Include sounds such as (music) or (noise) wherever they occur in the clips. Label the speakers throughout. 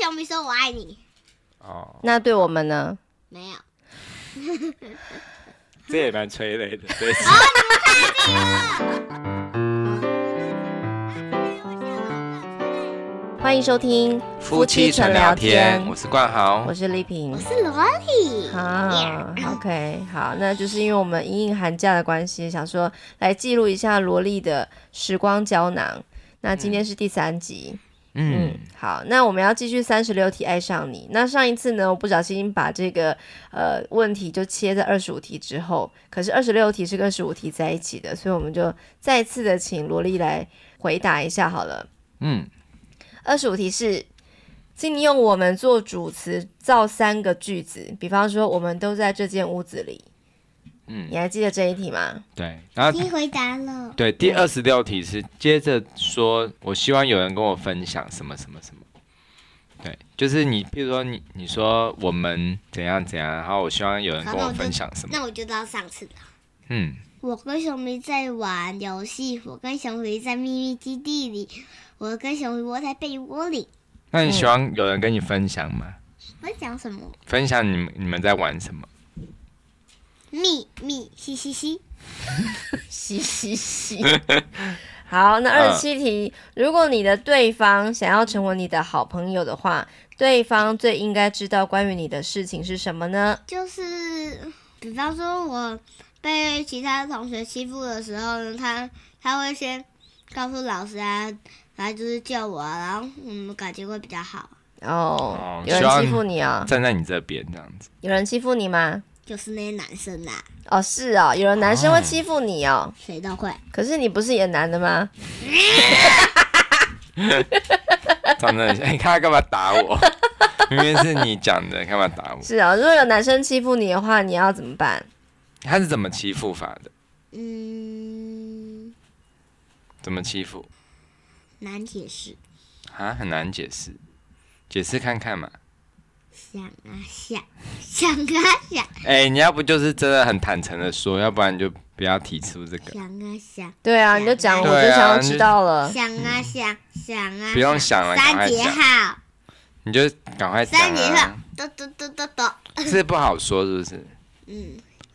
Speaker 1: 小咪说我爱你，
Speaker 2: 哦，
Speaker 3: 那对我们呢？
Speaker 1: 没有，
Speaker 2: 这也蛮催泪的。对，
Speaker 3: 欢迎收听纯
Speaker 2: 我是冠豪
Speaker 3: 我。是丽萍
Speaker 1: 我。是萝莉。
Speaker 3: 啊，OK，好，那就是因为我们因应寒假的关系，想说来记录一下萝莉的时光胶囊。那今天是第三集，嗯，好，那我们要继续三十六题爱上你。那上一次呢，我不小心把这个呃问题就切在二十五题之后，可是二十六题是跟二十五题在一起的，所以我们就再次的请萝莉来回答一下好了。
Speaker 2: 嗯，
Speaker 3: 二十五题是，请你用我们做主词造三个句子，比方说我们都在这间屋子里。
Speaker 2: 嗯
Speaker 3: 你还记得这一题吗？
Speaker 2: 对。然后
Speaker 1: 你回答了，
Speaker 2: 对第二十六题是接着说，我希望有人跟我分享什么什么什么。对，就是你，譬如说你你说我们怎样怎样，然后我希望有人跟我分享什么。
Speaker 1: 那我就知道上次了。
Speaker 2: 嗯，
Speaker 1: 我跟熊咪在玩游戏，我跟熊咪在秘密基地里，我跟熊咪窝在被窝里。
Speaker 2: 那你希望有人跟你分享吗？
Speaker 1: 我在讲什么？
Speaker 2: 分享你们你们在玩什么？
Speaker 1: 秘密嘻嘻嘻，
Speaker 3: 嘻嘻嘻。 (laughs) 好，那二十
Speaker 2: 嗯
Speaker 3: 七题，如果你的对方想要成为你的好朋友的话，对方最应该知道关于你的事情是什么呢？
Speaker 1: 就是比方说我被其他同学欺负的时候呢，他他会先告诉老师啊，然后就是救我啊，然后我们感情会比较好，
Speaker 3: 哦
Speaker 2: 哦，
Speaker 3: 有
Speaker 2: 希
Speaker 3: 人
Speaker 2: 望嗯
Speaker 3: 欺负你啊、
Speaker 2: 站在你这边这样子。
Speaker 3: 有人欺负你吗？
Speaker 1: 就是那些男生啦、
Speaker 3: 哦，是哦，有人男生会欺负你哦。
Speaker 2: 啊
Speaker 1: 谁都会。
Speaker 3: 可是你不是也男的吗？
Speaker 2: 站在 (laughs) 你，哎你看他干嘛打我？明明是你讲的，干嘛打我？
Speaker 3: 是啊，如果有男生欺负你的话，你要怎么办？
Speaker 2: 他是怎么欺负法的？
Speaker 1: 嗯，
Speaker 2: 怎么欺负
Speaker 1: 难解释，
Speaker 2: 啊？很难解释，解释看看嘛。
Speaker 1: 想啊想，想啊想，
Speaker 2: 哎、你要不就是真的很坦诚的说，要不然就不要提出这个，
Speaker 1: 想啊想，
Speaker 3: 对啊，你就讲，我
Speaker 2: 对啊
Speaker 3: 就想要知道了。
Speaker 1: 想啊想，想啊。
Speaker 2: 不用想了，赶
Speaker 1: 三
Speaker 2: 快
Speaker 1: 节
Speaker 2: 讲，
Speaker 1: 号，
Speaker 2: 你就赶快讲、
Speaker 1: 三节号
Speaker 2: 啊。，
Speaker 1: 嘟嘟嘟嘟嘟。
Speaker 2: 是不好说是不
Speaker 3: (laughs)
Speaker 2: 是？
Speaker 1: 嗯，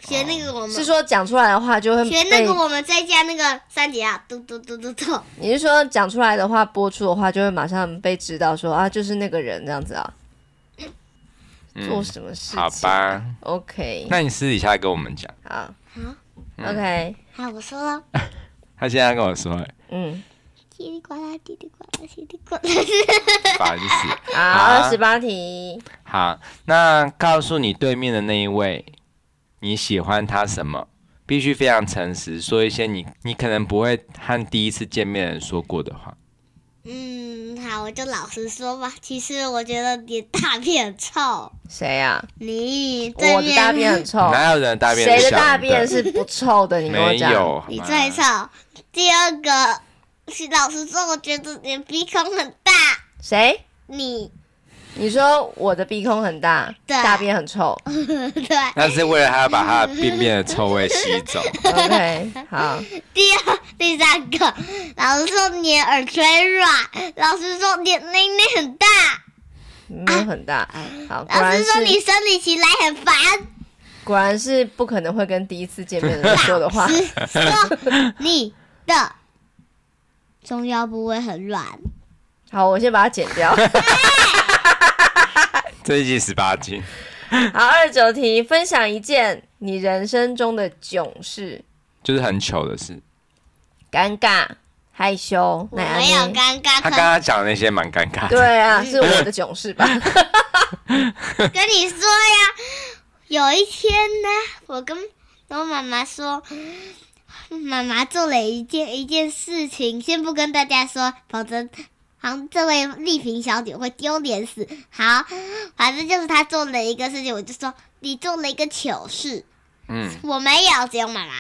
Speaker 1: 学那个我们
Speaker 3: 是说讲出来的话就会
Speaker 1: 学那
Speaker 3: 被
Speaker 1: 个，我们在家那个三节啊，嘟嘟嘟嘟嘟。
Speaker 3: 你是说讲出来的话播出的话就会马上被知道说啊，就是那个人这样子啊，做
Speaker 2: 嗯，
Speaker 3: 什么事情？
Speaker 2: 好吧，
Speaker 3: ，OK，
Speaker 2: 那你嗯私底下跟我们讲。
Speaker 3: 好
Speaker 1: 好，
Speaker 3: ，OK，
Speaker 1: 好，我说了，
Speaker 2: 他现在跟我说、哎
Speaker 3: 嗯，
Speaker 1: 叽里呱啦，叽里呱啦，叽里呱啦。
Speaker 2: 烦死。
Speaker 3: 好，
Speaker 2: 啊
Speaker 3: 二十八题，
Speaker 2: 好，那告诉你对面的那一位，你喜欢他什么？必须非常诚实，说一些你你可能不会和第一次见面的人说过的话。
Speaker 1: (laughs) 嗯，好，我就老实说吧。其实我觉得你大便很臭，
Speaker 3: 谁啊？
Speaker 1: 你对
Speaker 3: 我的大便
Speaker 1: 面
Speaker 3: 很臭，
Speaker 2: 哪有人大便
Speaker 3: 谁
Speaker 2: 是
Speaker 3: 的
Speaker 2: 香
Speaker 3: 大便是不臭的？你跟我
Speaker 2: 没
Speaker 3: 讲，
Speaker 2: 有？
Speaker 1: 你
Speaker 2: 好吗
Speaker 1: 最臭。第二个，徐老师说，我觉得你的鼻孔很大。
Speaker 3: 谁？
Speaker 1: 你 (laughs)
Speaker 3: 你说我的鼻孔很大，
Speaker 1: 对
Speaker 3: 大便很臭。
Speaker 1: 对，
Speaker 2: 那是为了他要把他的便便的臭味吸走。
Speaker 3: OK，好，
Speaker 1: 第二、第三个，老师说你的耳垂软，老师说你的内内很大，
Speaker 3: 没有很
Speaker 1: (laughs)
Speaker 3: 大。好，
Speaker 1: 老
Speaker 3: 果然
Speaker 1: 师
Speaker 3: 是
Speaker 1: 说你生理期来很烦，
Speaker 3: (laughs) 果然是不可能会跟第一次见面的人说的
Speaker 1: (laughs) 老。
Speaker 3: 话
Speaker 1: 师说你的中腰部位很软，
Speaker 3: 好，我先把它剪掉。 (laughs)
Speaker 2: 这一集十八禁，
Speaker 3: 好，二十九题，分享一件你人生中的囧事，
Speaker 2: 就是很糗的事。
Speaker 3: 尴尬、害羞、
Speaker 1: 我
Speaker 3: 奶安
Speaker 1: 没有
Speaker 3: 妮。
Speaker 1: 尴尬，
Speaker 2: 他
Speaker 1: 可
Speaker 2: 刚刚讲的那些蛮尴尬的。
Speaker 3: 对啊，是我的囧事吧？
Speaker 1: 跟你说呀，有一天呢，我跟我妈妈说，妈妈做了一件一件事情，先不跟大家说，否则好像这位丽萍小姐会丢脸死。好，反正就是她做了一个事情，我就说你做了一个糗事，
Speaker 2: 嗯，
Speaker 1: 我没有，只有妈妈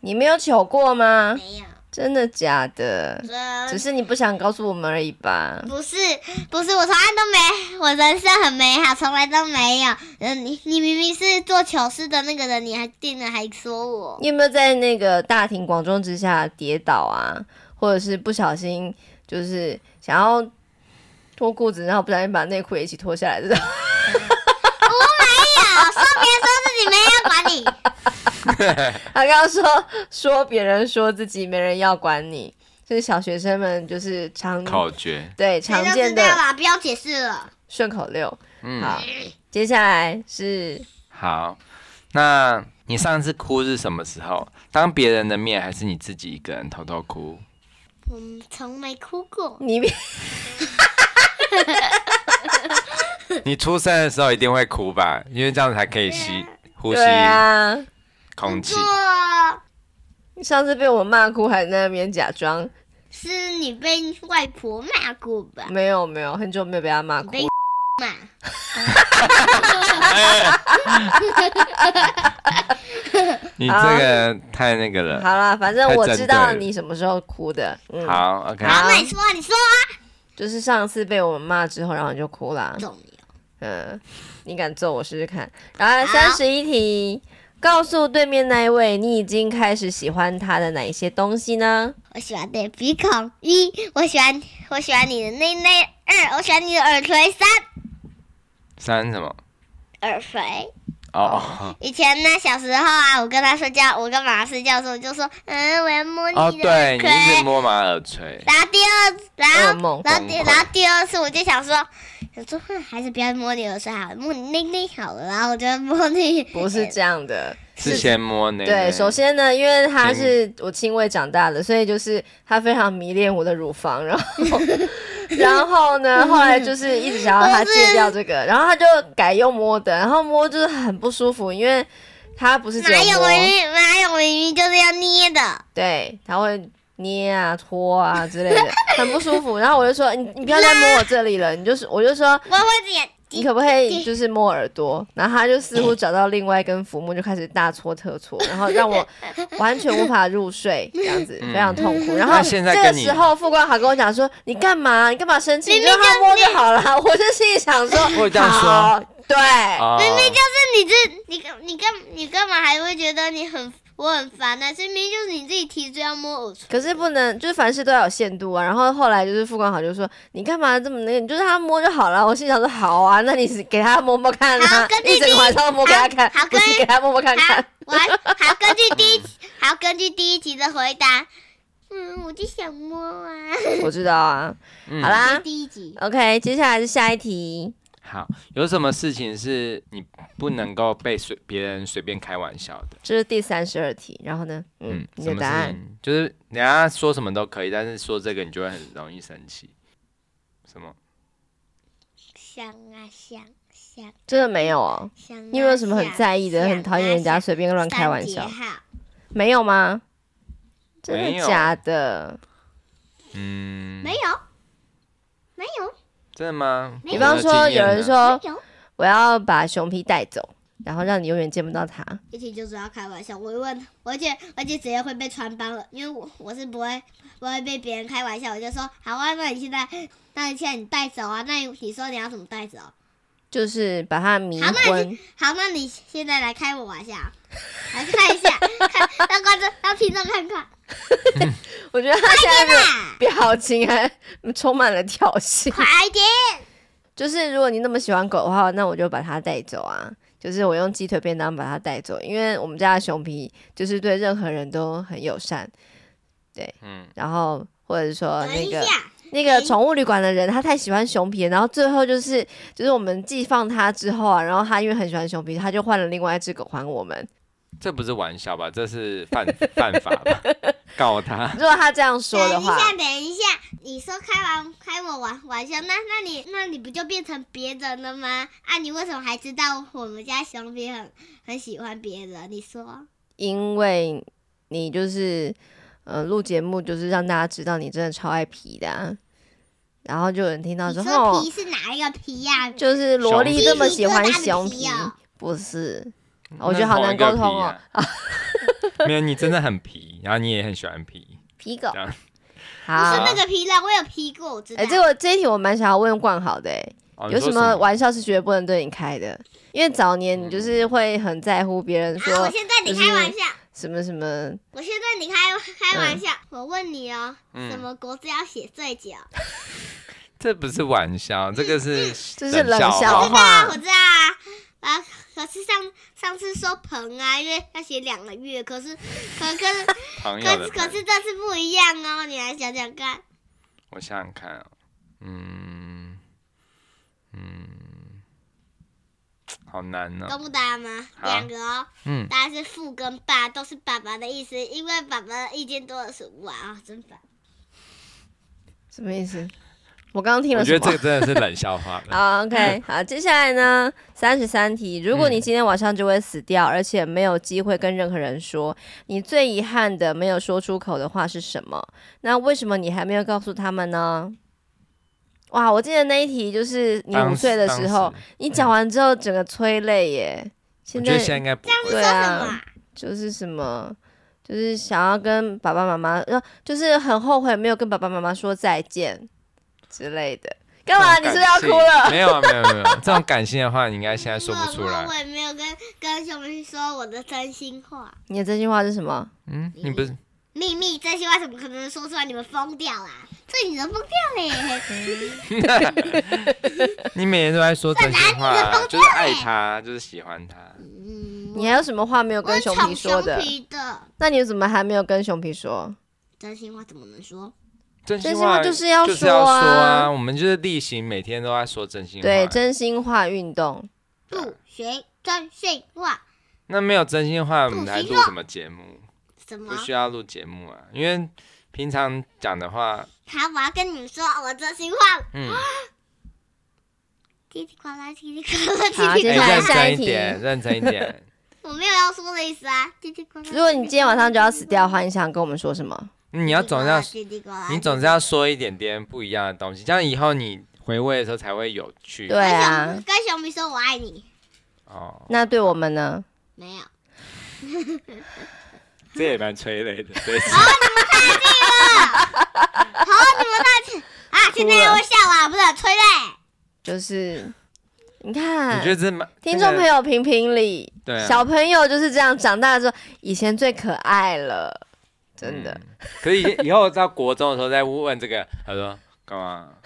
Speaker 3: 你没有糗过吗？
Speaker 1: 没有。
Speaker 3: 真的假的？只
Speaker 1: 这
Speaker 3: 是你不想告诉我们而已吧？
Speaker 1: 不是不是，我从来都没，我人生很美好，从来都没有。嗯，你你明明是做糗事的那个人，你还竟然还说我。
Speaker 3: 你有没有在那个大庭广众之下跌倒啊，或者是不小心就是想要脱裤子，然后不小心把内裤也一起脱下来，这种
Speaker 1: 有，说别人说自己没人要管你，
Speaker 3: (laughs) 他刚刚说说别人说自己没人要管你，就是小学生们就是常
Speaker 2: 口诀，
Speaker 3: 对
Speaker 1: 谁
Speaker 3: 常
Speaker 1: 都知
Speaker 3: 见的
Speaker 1: 道啦，不要解释了。
Speaker 3: 顺口溜。
Speaker 2: 嗯，
Speaker 3: 好，接下来是
Speaker 2: 好，那你上次哭是什么时候？当别人的面，还是你自己一个人偷偷哭？
Speaker 1: 我们从没哭过，
Speaker 3: 你
Speaker 2: 你出生的时候一定会哭吧，因为这样才可以吸呼吸
Speaker 3: 对啊，
Speaker 2: 空气
Speaker 1: 做。
Speaker 3: 你上次被我骂哭，还在那边假装
Speaker 1: 是你被外婆骂过吧？
Speaker 3: 没有没有，很久没有被他骂哭
Speaker 1: 被。骂，
Speaker 2: 你这个太那个了。
Speaker 3: 好啦，反正我
Speaker 2: 太针
Speaker 3: 知道
Speaker 2: 对了
Speaker 3: 你什么时候哭的，嗯，
Speaker 2: 好，OK，
Speaker 1: 好，那你说啊，你说啊，
Speaker 3: 就是上次被我们骂之后，然后你就哭啦。
Speaker 1: 重要。
Speaker 3: 嗯，你敢揍我试试看。然后三十一题，告诉对面那一位，你已经开始喜欢他的哪一些东西呢？
Speaker 1: 我喜欢你的鼻孔，一；我喜欢我喜欢你的内内，二；我喜欢你的耳垂，三。
Speaker 2: 三什么？
Speaker 1: 耳垂。
Speaker 2: 哦
Speaker 1: 以前呢，小时候啊，我跟他睡觉，我跟妈妈睡觉的时候，我就说，嗯，我要摸你的
Speaker 2: 哦，对
Speaker 1: 耳
Speaker 2: 你
Speaker 1: 垂。
Speaker 2: 一直摸马耳垂，
Speaker 1: 然后第二，
Speaker 3: 噩
Speaker 1: 然后，
Speaker 3: 梦。
Speaker 1: 然后第，
Speaker 2: 崩溃
Speaker 1: 然后第二次我就想说，想说，哼，还是不要摸你耳垂好了，摸你内内好了。然后我就摸你，
Speaker 3: (laughs) 不是这样的，
Speaker 2: 是先摸那个。
Speaker 3: 对，首先呢，因为他
Speaker 2: 亲
Speaker 3: 是我亲喂长大的，所以就是他非常迷恋我的乳房，
Speaker 1: (laughs)
Speaker 3: 然后，然后呢，后来就是一直想要他戒掉这
Speaker 1: (laughs)
Speaker 3: 个，然后他就改用摸的，然后摸就是很不舒服，因为他不是只
Speaker 1: 哪有
Speaker 3: 有摸，
Speaker 1: 明明哪有明明就是要捏的，
Speaker 3: 对，他会捏啊、拖啊之类的，很不舒服。然后我就说你你不要再摸我这里了，你就是我就说
Speaker 1: 我会这样。
Speaker 3: 你可不可以就是摸耳朵？然后他就似乎找到另外一根浮木，就开始大搓特搓，然后让我完全无法入睡，这样子
Speaker 2: 嗯
Speaker 3: 非常痛苦。然后
Speaker 2: 那现在
Speaker 3: 这个
Speaker 2: 跟你
Speaker 3: 时候，副官还跟我讲说：“你干嘛？你干嘛生气？你
Speaker 1: 明
Speaker 3: 就
Speaker 1: 明
Speaker 3: 让他摸就好了。”我就心里想
Speaker 2: (laughs)
Speaker 3: 说：“
Speaker 2: 我有这样说
Speaker 3: 好对，
Speaker 2: 哦，
Speaker 1: 明明就是你这，你干你干你干嘛还会觉得你很我很烦呢？这明明就是你自己提出要摸耳垂。
Speaker 3: 可是不能，就是凡事都要有限度啊。然后后来就是副官好就说：“你干嘛这么那个？你就让他摸就好了。”我心想说：“好啊，那你是给他摸摸看
Speaker 1: 好
Speaker 3: 啊
Speaker 1: 根，据
Speaker 3: 一整个晚上摸给他看
Speaker 1: 好好，
Speaker 3: 不是
Speaker 1: 根
Speaker 3: 给他摸摸看看 (laughs)
Speaker 1: 好。，我还好根据第一，好根据第一题的回答，嗯，我就想摸啊。”
Speaker 3: 我知道啊，
Speaker 2: 嗯
Speaker 3: 好啦。
Speaker 1: (laughs) 第一集，
Speaker 3: OK，接下来是下一题。
Speaker 2: 好，有什么事情是你不能够被随别人随便开玩笑的？
Speaker 3: 这是第三十二题，然后呢？嗯
Speaker 2: 嗯，，
Speaker 3: 你
Speaker 2: 什
Speaker 3: 的
Speaker 2: 么
Speaker 3: 答
Speaker 2: 事
Speaker 3: 案
Speaker 2: 情就是人家说什么都可以，但是说这个你就会很容易生气。什么？
Speaker 1: 想啊想想
Speaker 3: 真的没有哦。
Speaker 1: 想啊，
Speaker 3: 你有没有什么很在意的、
Speaker 1: 想啊
Speaker 3: 很讨厌人家
Speaker 1: 想
Speaker 3: 随便乱开玩笑
Speaker 1: 三？节号
Speaker 3: 没有吗？真
Speaker 2: 没
Speaker 3: 的
Speaker 2: 有
Speaker 3: 假的？
Speaker 2: 嗯，
Speaker 1: 没有，没有，
Speaker 2: 真的吗？
Speaker 1: 没
Speaker 3: 比
Speaker 1: 有
Speaker 3: 方说，有人说
Speaker 1: 没有。
Speaker 3: 我要把熊皮带走，然后让你永远见不到他。
Speaker 1: 一听就知道开玩笑，我会问，而且而且直接会被穿帮了，因为我我是不会不会被别人开玩笑，我就说好啊，那你现在那你现在你带走啊，那你你说你要怎么带走？
Speaker 3: 就是把他迷
Speaker 1: 好那
Speaker 3: 昏，
Speaker 1: 好，那你现在来开我玩笑，啊来看一下，看让观众让听众看
Speaker 3: (laughs)
Speaker 1: 看，
Speaker 3: 我觉得他现在的
Speaker 1: 啊，
Speaker 3: 表情还 (laughs) 充满了挑衅。
Speaker 1: 快点，
Speaker 3: 就是如果你那么喜欢狗的话，那我就把它带走啊。就是我用鸡腿便当把它带走，因为我们家的熊皮就是对任何人都很友善。
Speaker 2: 嗯，
Speaker 3: 然后或者是说
Speaker 1: 等
Speaker 3: 哦那
Speaker 1: 一
Speaker 3: 个
Speaker 1: 下，
Speaker 3: 那个宠物旅馆的人，他太喜欢熊皮了，然后最后就是就是我们寄放它之后啊，然后他因为很喜欢熊皮，他就换了另外一只狗还我们。
Speaker 2: 这不是玩笑吧？这是犯犯法
Speaker 3: (laughs)
Speaker 2: 吧？告他。
Speaker 3: 如果他这样说的
Speaker 1: 等一
Speaker 3: 话，
Speaker 1: 下，等一下，你说开完开我玩玩笑，那那你那你不就变成别人了吗？啊，你为什么还知道我们家熊皮很很喜欢别人？你说。
Speaker 3: 因为你就是呃录节目，就是让大家知道你真的超爱皮的、啊，然后就有人听到
Speaker 1: 你
Speaker 3: 说
Speaker 1: 说
Speaker 3: 哦
Speaker 1: 皮，是哪一个皮呀、
Speaker 3: 就是萝莉这么喜欢熊
Speaker 1: 熊皮
Speaker 3: 皮
Speaker 1: 疙瘩的皮哦，
Speaker 3: 不是？
Speaker 2: 啊嗯那
Speaker 3: 我觉得好难沟通哦
Speaker 2: 同一个皮 (laughs) 啊。没有，你真的很皮，然后你也很喜欢皮。啊
Speaker 3: 皮狗
Speaker 2: 这样。
Speaker 1: 不是
Speaker 3: 好，
Speaker 1: 那个皮啦，我有皮过，我知道。
Speaker 3: 啊
Speaker 1: 啊
Speaker 3: 哎、这个这一题我蛮想要问冠豪的、哎，
Speaker 2: 哦、
Speaker 3: 有
Speaker 2: 你说
Speaker 3: 什么玩笑是绝对不能对你开的？因为早年你就是
Speaker 2: 嗯
Speaker 3: 会很在乎别人
Speaker 1: 好，啊我
Speaker 3: 说
Speaker 1: 现在你
Speaker 3: 就
Speaker 1: 开
Speaker 3: 是
Speaker 1: 玩笑，
Speaker 3: 什么什么，
Speaker 1: 我现在
Speaker 3: 嗯
Speaker 1: 你开开玩笑。我问你哦，
Speaker 2: 嗯
Speaker 1: 什么国字要写最久？
Speaker 2: 这不是玩笑，这个是
Speaker 3: 这是冷
Speaker 2: 笑
Speaker 3: 笑
Speaker 2: 话。
Speaker 1: 啊，
Speaker 3: 话
Speaker 1: 我。知道啊。啊，可是上上次说鹏啊，因为要写两个月，可是可可是
Speaker 2: 朋友
Speaker 1: 可
Speaker 2: 的
Speaker 1: 是
Speaker 2: 朋
Speaker 1: 可
Speaker 2: 友，
Speaker 1: 是这次不一样哦，你来想想看。
Speaker 2: 我想想看、哦，嗯嗯，好难
Speaker 1: 公
Speaker 2: 哦。
Speaker 1: 布答案吗？
Speaker 2: 好
Speaker 1: 两个哦，
Speaker 2: 嗯，
Speaker 1: 答案是父跟爸都是爸爸的意思，因为爸爸的意见多的是哇啊，真烦。
Speaker 3: 什么意思？我刚刚听
Speaker 2: 我
Speaker 3: 了什
Speaker 2: 觉
Speaker 3: 么？
Speaker 2: 得这个真的是冷笑话了。
Speaker 3: 好，OK，好，
Speaker 2: (laughs)
Speaker 3: 接下来呢，三十三题，如果你
Speaker 2: 嗯
Speaker 3: 今天晚上就会死掉，而且没有机会跟任何人说，你最遗憾的没有说出口的话是什么？那为什么你还没有告诉他们呢？哇，我记得那一题就是你
Speaker 2: 当
Speaker 3: 五岁的
Speaker 2: 当
Speaker 3: 时候，你讲完之后整个催泪耶。
Speaker 2: 我
Speaker 3: 现
Speaker 2: 觉
Speaker 3: 在
Speaker 2: 得现在应该不
Speaker 1: 是
Speaker 2: 会
Speaker 1: 说
Speaker 3: 对
Speaker 1: 什
Speaker 3: 啊
Speaker 1: 么啊？
Speaker 3: 就是什么，就是想要跟爸爸妈妈，呃，就是很后悔没有跟爸爸妈妈说再见之类的。干嘛？
Speaker 2: 这
Speaker 3: 啊你是
Speaker 2: 种
Speaker 3: 不是要
Speaker 2: 感性
Speaker 3: 哭了？
Speaker 2: 没有啊，没有没有，这种感性的话，你应该现在说不出来
Speaker 1: 我。也没有跟跟熊明说我的真心话，
Speaker 3: 你的真心话是什么？
Speaker 2: 嗯，你不是
Speaker 1: 秘密真心话怎么可能说出来？你们疯掉啦！这你都疯掉
Speaker 3: (laughs)
Speaker 1: 嘞！
Speaker 2: 你每天都在说真心话
Speaker 1: 本来你的
Speaker 2: 啊，
Speaker 1: 朋
Speaker 2: 就是爱他，就是喜欢他。
Speaker 1: 嗯，
Speaker 3: 你还有什么话没有
Speaker 1: 我
Speaker 3: 跟
Speaker 1: 是
Speaker 3: 熊
Speaker 1: 宠
Speaker 3: 皮说
Speaker 1: 熊
Speaker 3: 的？
Speaker 1: 皮的
Speaker 3: 那你怎么还没有跟熊皮说？
Speaker 1: 真心话怎么能说？
Speaker 2: 真
Speaker 3: 真
Speaker 2: 心
Speaker 3: 心话
Speaker 2: 话
Speaker 3: 就是要
Speaker 2: 就是
Speaker 3: 说
Speaker 2: 要说
Speaker 3: 啊
Speaker 2: 啊，我们就是例行每天都在说真心话。
Speaker 3: 对，真心话运动，
Speaker 1: 不行，真心话
Speaker 2: 那没有真心话，我们还
Speaker 1: 不需
Speaker 2: 录
Speaker 1: 要
Speaker 2: 什么节目？
Speaker 1: 什么
Speaker 2: 不？需要录节目啊，因为平常讲的话，
Speaker 1: 好，我要跟你们说我真心话。
Speaker 2: 嗯，
Speaker 1: 叽里呱啦，叽里呱啦，
Speaker 3: 好
Speaker 1: 叽里
Speaker 2: 哎
Speaker 3: 接
Speaker 1: 呱
Speaker 3: 下来
Speaker 1: 啦
Speaker 2: 认。
Speaker 3: 下一
Speaker 2: 真
Speaker 3: 题
Speaker 2: 一点，认真一
Speaker 3: (laughs)
Speaker 2: 点。
Speaker 1: 我没有要说的意思啊，叽里呱啦。
Speaker 3: 如果你今天晚上就要死掉的话，你想跟我们说什么？
Speaker 2: 嗯你要总要，
Speaker 1: 叽里呱啦，叽里呱啦
Speaker 2: 你总是要说一点点不一样的东西，这样以后你回味的时候才会有趣。
Speaker 3: 对啊，
Speaker 1: 跟小米说我爱你，
Speaker 2: 哦，
Speaker 3: 那对我们呢？
Speaker 1: 没有。
Speaker 2: 这也蛮催泪
Speaker 3: (laughs)
Speaker 2: 的，对。
Speaker 1: 好，你们大气啊！现在要笑啊，不是催泪。
Speaker 3: 就是你
Speaker 2: (laughs) 你觉得
Speaker 3: 看，
Speaker 2: 这蛮
Speaker 3: 听众朋
Speaker 2: 友
Speaker 3: 友评评理，
Speaker 2: 对啊
Speaker 3: 小朋友就是这样，长大之后以前最可爱了，真
Speaker 2: 嗯
Speaker 3: 的。
Speaker 2: 可以以后到国中的时候再问这个，他说干嘛？
Speaker 3: (laughs)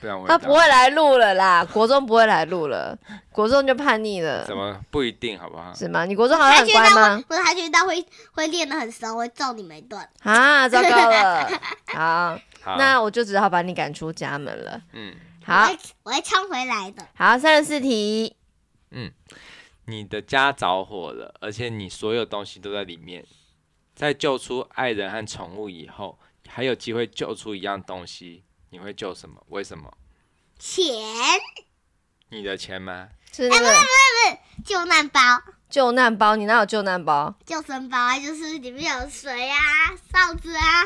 Speaker 2: 不然我也
Speaker 3: 他
Speaker 2: 知道
Speaker 3: 不会来录了啦，国中不会来录了，国中就叛逆了
Speaker 2: 怎，么不一定好不好？
Speaker 3: 是吗？你国中好像
Speaker 1: 跆
Speaker 3: 很
Speaker 1: 拳
Speaker 3: 乖吗
Speaker 1: 道？不是跆拳道会会练得很熟，我会揍你们一顿。
Speaker 3: 啊，糟糕了，好。
Speaker 2: 好，
Speaker 3: 那我就只好把你赶出家门了。
Speaker 2: 嗯，
Speaker 1: 我
Speaker 3: 好
Speaker 1: 会我会冲回来的。
Speaker 3: 好，三十四题，
Speaker 2: 你的家着火了，而且你所有东西都在里面。在救出爱人和宠物以后，还有机会救出一样东西，你会救什么？为什么？
Speaker 1: 钱
Speaker 2: 你的钱吗？
Speaker 3: 是那
Speaker 1: 哎
Speaker 3: 个
Speaker 1: 救难包、
Speaker 3: 救难包，你哪有救难包？
Speaker 1: 救生包啊，就是里面有水啊、哨子啊、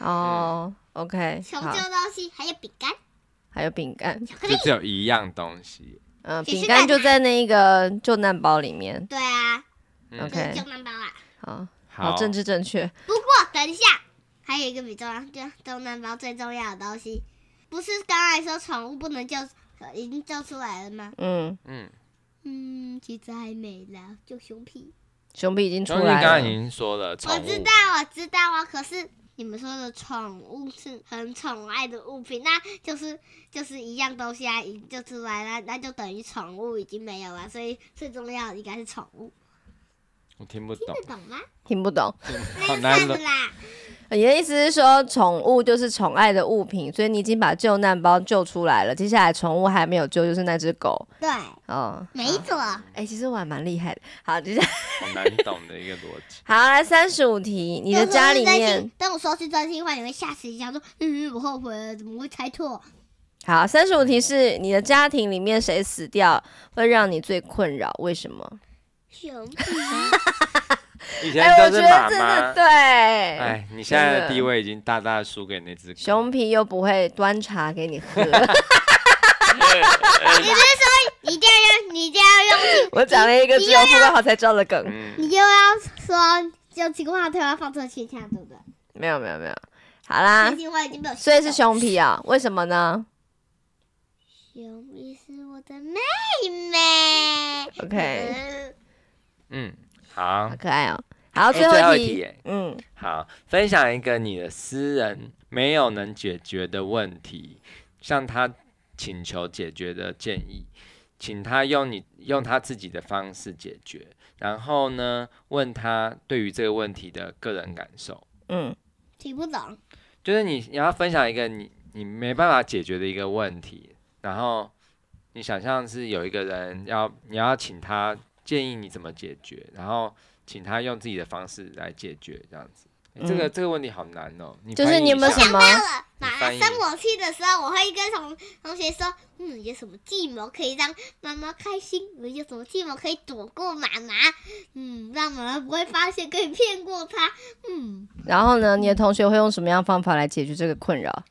Speaker 3: 哦、o
Speaker 2: 嗯
Speaker 3: k
Speaker 1: 求
Speaker 3: 好
Speaker 1: 救，东西，还有饼干、
Speaker 3: 还有饼干，
Speaker 1: 巧克
Speaker 2: 就
Speaker 1: 力。
Speaker 2: 只有一样东西。
Speaker 3: 嗯、
Speaker 1: 其实
Speaker 3: 饼干
Speaker 1: 那
Speaker 3: 就在那个救难包里面。
Speaker 1: 对啊，
Speaker 2: 嗯
Speaker 3: OK
Speaker 1: 就是救难包啊。
Speaker 3: 好，
Speaker 2: 好，
Speaker 3: 政治正确，
Speaker 1: 不过等一下，还有一个比重要，就救难包最重要的东西，不是刚才说宠物不能救，呃已经救出来了吗？
Speaker 3: 嗯，
Speaker 2: 嗯，
Speaker 1: 嗯，其实还没啦，救熊屁。
Speaker 3: 熊皮已经出
Speaker 2: 终于刚
Speaker 3: 来
Speaker 2: 刚已
Speaker 3: 了。
Speaker 2: 经说了，
Speaker 1: 我
Speaker 2: 宠
Speaker 1: 知
Speaker 2: 物
Speaker 1: 道，我知道啊。可是你们说的宠物是很宠爱的物品，那就是就是一样东西啊，已就出来了，那就等于宠物已经没有了，所以最重要的应该是宠物，
Speaker 2: 我听不
Speaker 1: 听，
Speaker 2: 懂
Speaker 1: 得懂吗？
Speaker 3: 听不懂，呃
Speaker 1: 那
Speaker 2: 好
Speaker 1: 就
Speaker 2: 难
Speaker 1: 算了
Speaker 2: 的。
Speaker 1: 啦。
Speaker 3: 你的意思是说宠物就是宠爱的物品，所以你已经把救难包救出来了。接下来宠物还没有救，就是那只狗。
Speaker 1: 对，
Speaker 3: 哦，
Speaker 1: 没错，
Speaker 3: 哎、其实我还蛮厉害的。好，接下来。
Speaker 2: 好难懂的一个逻辑
Speaker 3: 好来三十五题，你的
Speaker 1: 就说是
Speaker 3: 家里
Speaker 1: 真心
Speaker 3: 面，
Speaker 1: 等我说是真心话，你会吓死一跳，说嗯，我后悔了，怎么会猜错？
Speaker 3: 好，三十五题是你的家庭里面谁死掉会让你最困扰？为什么？
Speaker 1: 熊屁，
Speaker 2: 以
Speaker 3: 哎、
Speaker 2: 前
Speaker 3: 我
Speaker 2: 都
Speaker 3: 觉
Speaker 2: 是
Speaker 3: 得
Speaker 2: 妈
Speaker 3: 真
Speaker 2: 妈
Speaker 3: 的，对，
Speaker 2: 哎，你现在
Speaker 3: 真
Speaker 2: 的
Speaker 3: 的
Speaker 2: 地位已经大大输给那只狗。
Speaker 3: 熊皮又不会端茶给
Speaker 2: (laughs)
Speaker 3: 你喝，
Speaker 1: 你一定要用，你一定要用，
Speaker 3: 我讲了一个只有副歌好才知道的梗，
Speaker 2: 嗯，
Speaker 1: 你就要说就情况突然放错去跳，对不对？
Speaker 3: 没有没有没有，好啦
Speaker 1: 真，心话已经没有，
Speaker 3: 啊所以是熊皮啊？为什么呢
Speaker 1: 熊咪是我的妹妹。
Speaker 3: ？OK，
Speaker 1: 嗯
Speaker 2: 嗯，好
Speaker 3: 好，可爱哦、好，
Speaker 2: 哎
Speaker 3: 最后
Speaker 2: 后
Speaker 3: 一
Speaker 2: 一
Speaker 3: 题，
Speaker 2: 耶
Speaker 3: 嗯，
Speaker 2: 好，分享一个你的私人没有能解决的问题，向他请求解决的建议，请他用你用他自己的方式解决，然后呢，问他对于这个问题的个人感受，
Speaker 3: 嗯
Speaker 1: 听不懂，
Speaker 2: 就是你你要分享一个你你没办法解决的一个问题，然后你想象是有一个人要你要请他建议你怎么解决，然后请他用自己的方式来解决这样子。诶这个这个问题好难哦，你
Speaker 3: 就是
Speaker 2: 翻译
Speaker 3: 你有
Speaker 2: 一
Speaker 3: 没有
Speaker 2: 下
Speaker 3: 什么
Speaker 1: 到了马
Speaker 2: 翻译
Speaker 1: 生我气的时候，我会跟同同学说，嗯，有什么计谋可以让妈妈开心？有什么计谋可以躲过妈妈？嗯，让妈妈不会发现，可以骗过她。嗯，
Speaker 3: 然后呢，你的同学会用什么样的方法来解决这个困扰？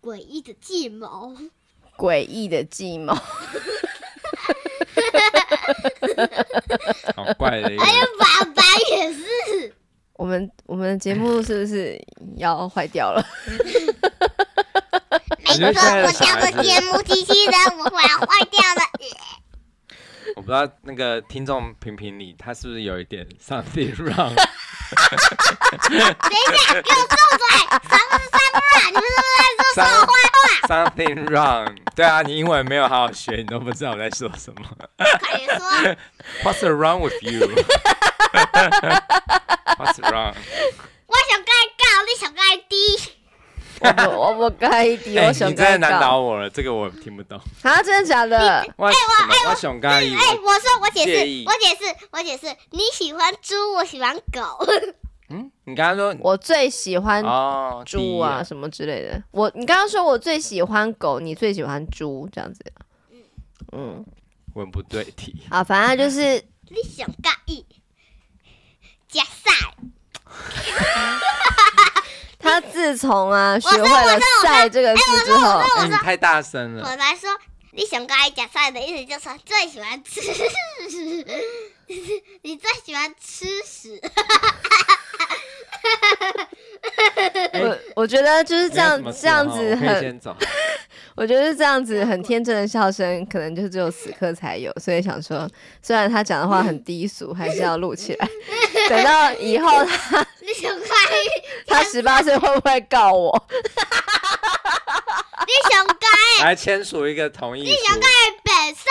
Speaker 1: 诡异的计谋，
Speaker 3: 诡异的计谋，
Speaker 2: 好怪的一个
Speaker 1: 还有爸爸也是，
Speaker 3: 我们我们的节目是不是要坏
Speaker 2: (laughs)
Speaker 3: 掉了？
Speaker 1: 没
Speaker 2: 觉得
Speaker 1: 错，
Speaker 2: 现在的
Speaker 1: 我
Speaker 2: 小
Speaker 1: 叫
Speaker 2: 孩
Speaker 1: 做
Speaker 2: 子
Speaker 1: 节目机器人，我把它坏掉了。
Speaker 2: 我不知道那个听众评评理，他是不是有一点 something (laughs) wrong？
Speaker 1: 等一下，给我住嘴！三不是三不啦，你们是不是在说
Speaker 2: 三
Speaker 1: 我坏话？
Speaker 2: something wrong？对啊，你英文没有好好学，你都不知道我在说什么。
Speaker 1: 快点说，
Speaker 2: What's wrong with
Speaker 3: (laughs)
Speaker 2: you？What's wrong？
Speaker 1: 我想盖高，你想盖低。
Speaker 3: 我不我不该的，
Speaker 2: 哎、
Speaker 3: 我
Speaker 2: 你
Speaker 3: 想
Speaker 2: 真的难倒我了，这个我听不懂。
Speaker 3: 啊，真的假的？
Speaker 2: 我什么？我熊咖喱，
Speaker 1: 哎、
Speaker 2: 我
Speaker 1: 我说我解
Speaker 2: 介
Speaker 1: 释
Speaker 2: 意，
Speaker 1: 我解释，我解释，你喜欢猪，我喜欢狗。
Speaker 2: 嗯，你刚刚说
Speaker 3: 我最喜欢
Speaker 2: 哦，第
Speaker 3: 猪
Speaker 2: 一
Speaker 3: 啊，，什么之类的。我你刚刚说我最喜欢狗，你最喜欢猪，这样子。嗯，
Speaker 2: 文不对题。
Speaker 3: 啊，反正
Speaker 2: (laughs)
Speaker 3: 就是
Speaker 1: 你想介意？假赛，
Speaker 3: 他自从啊学
Speaker 1: 说
Speaker 3: 会了“晒”这个字之后，
Speaker 2: 哎、你太大声
Speaker 1: 我
Speaker 2: 了，
Speaker 1: 来说，你想介意假赛的意思就是最喜欢吃， (laughs) 你最喜欢吃屎。
Speaker 3: 我我觉得就是这样
Speaker 2: 没哎有什么事
Speaker 3: 这样
Speaker 2: 哦
Speaker 3: 子
Speaker 2: 我可以
Speaker 3: 很，
Speaker 2: 先走。
Speaker 3: 我觉得这样子很天真的笑声，可能就只有此刻才有。所以想说，虽然他讲的话很低俗，还是要录起来。等到以后他
Speaker 1: 你想介意？
Speaker 3: 他十八岁会不会告我？
Speaker 1: 你想介
Speaker 2: 来签署一个同意书。
Speaker 3: 啊
Speaker 1: 意本少？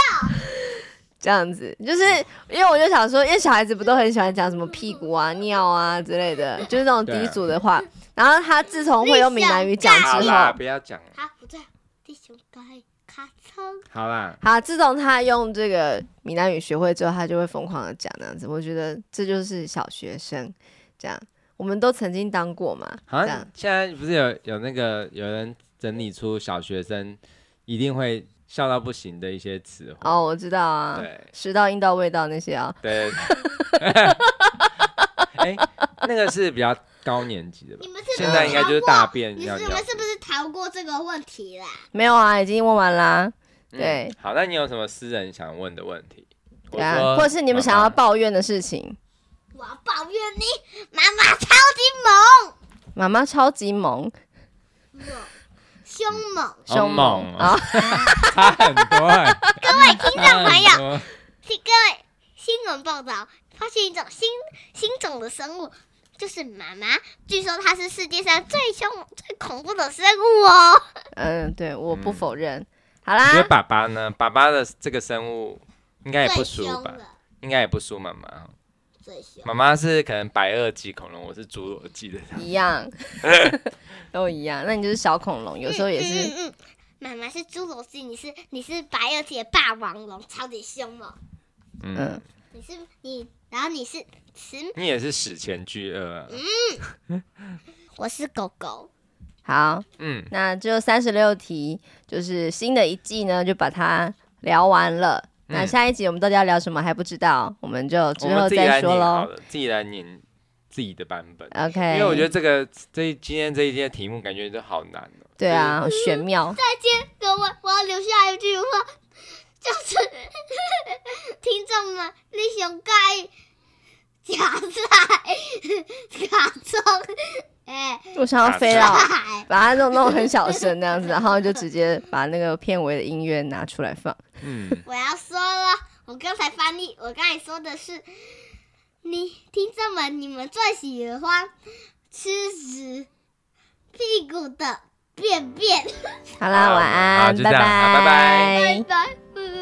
Speaker 3: 这样子，就是因为我就想说，因为小孩子不都很喜欢讲什么屁股啊、尿啊之类的，就是那种
Speaker 2: 对啊
Speaker 3: 低俗的话。然后他自从会用闽南语讲
Speaker 2: 好
Speaker 3: 之
Speaker 2: 啦，
Speaker 3: 后，
Speaker 2: 不要讲了。
Speaker 1: 好，不对，你想介意卡通？
Speaker 2: 好啦，
Speaker 3: 好，自从他用这个闽南语学会之后，他就会疯狂的讲那样子。我觉得这就是小学生这样，我们都曾经当过嘛，
Speaker 2: 好
Speaker 3: 这
Speaker 2: 像
Speaker 3: 样
Speaker 2: 现在不是有有那个有人整理出小学生一定会笑到不行的一些词汇。
Speaker 3: 哦，我知道啊，
Speaker 2: 对
Speaker 3: 食道、阴道、味道那些啊，
Speaker 2: 对。 (laughs) 哎、那个是比较高年级的吧
Speaker 1: 你？们是不是
Speaker 2: 现在应该就是大便
Speaker 1: 你
Speaker 2: 要
Speaker 1: 是你
Speaker 2: 尿
Speaker 1: 们是不是逃过这个问题啦？
Speaker 3: 没有啊，已经问完啦。
Speaker 2: 嗯
Speaker 3: 对
Speaker 2: 好，那你有什么私人想问的问题？
Speaker 3: 对啊，或者是你们想要抱怨的事情，
Speaker 1: 我要抱怨你，妈妈超级
Speaker 3: 妈妈超级
Speaker 2: 哦
Speaker 3: 萌，
Speaker 1: 猛，猛凶猛。
Speaker 3: 凶
Speaker 2: 猛
Speaker 3: 啊
Speaker 2: 啊，！ (laughs) 差很多、欸，嗯
Speaker 1: 各位听众朋友，
Speaker 2: (laughs) 友，
Speaker 1: 听各位新闻报道，发现一种新新种的生物，就是妈妈。据说它是世界上最凶猛、最恐怖的生物哦。
Speaker 3: 嗯，对，我不
Speaker 2: 嗯
Speaker 3: 否认。好
Speaker 2: 你觉得
Speaker 3: 啦，
Speaker 2: 爸爸呢？爸爸的这个生物应该也哎不
Speaker 1: 最
Speaker 2: 输
Speaker 1: 凶
Speaker 2: 吧？
Speaker 1: 了，
Speaker 2: 应该也不输妈妈哦。
Speaker 1: 最凶。
Speaker 2: 妈妈是可能白垩纪恐龙，我是侏罗纪的。(laughs)
Speaker 3: 一样，都一样。那你就是小恐龙，有时候也
Speaker 1: 嗯
Speaker 3: 是
Speaker 1: 嗯嗯妈妈是侏罗纪，你是你是白垩纪的霸王龙，超级凶猛。
Speaker 2: 嗯
Speaker 3: 嗯，
Speaker 1: 你是你，然后你是雌，
Speaker 2: 你也是史前巨鳄啊。
Speaker 1: 嗯我是狗狗。
Speaker 3: 好。
Speaker 2: 嗯，
Speaker 3: 那就三十六题，就是新的一季呢，就把它聊完了。那
Speaker 2: 嗯
Speaker 3: 下一集我们到底要聊什么还不知道，我们就
Speaker 2: 我
Speaker 3: 之
Speaker 2: 们
Speaker 3: 后
Speaker 2: 自己来
Speaker 3: 再说
Speaker 2: 念好
Speaker 3: 喽。
Speaker 2: 了，自己来念自己的版本。
Speaker 3: OK，
Speaker 2: 因为我觉得这个这一今天这一天的题目感觉都好难哦。
Speaker 3: 对啊，好玄妙。
Speaker 1: 各位，我要留下一句话，就是 (laughs) 听众们，你想盖假赛 (laughs) 假装哎
Speaker 3: 我想要飞
Speaker 2: 啊
Speaker 3: 了，
Speaker 1: 哎，
Speaker 3: 把它弄弄很小声那样子，然后就直接把那个片尾的音乐拿出来放。
Speaker 2: 就是嗯，
Speaker 1: 我要说了，我刚才翻译，我刚才说的是，你听众们，你们最喜欢吃屎屁股的
Speaker 3: 便便。
Speaker 1: 好啦，
Speaker 2: 好
Speaker 1: 晚
Speaker 2: 好
Speaker 1: 安，
Speaker 2: 就
Speaker 1: 拜
Speaker 2: 这样好拜拜
Speaker 3: 拜拜。嗯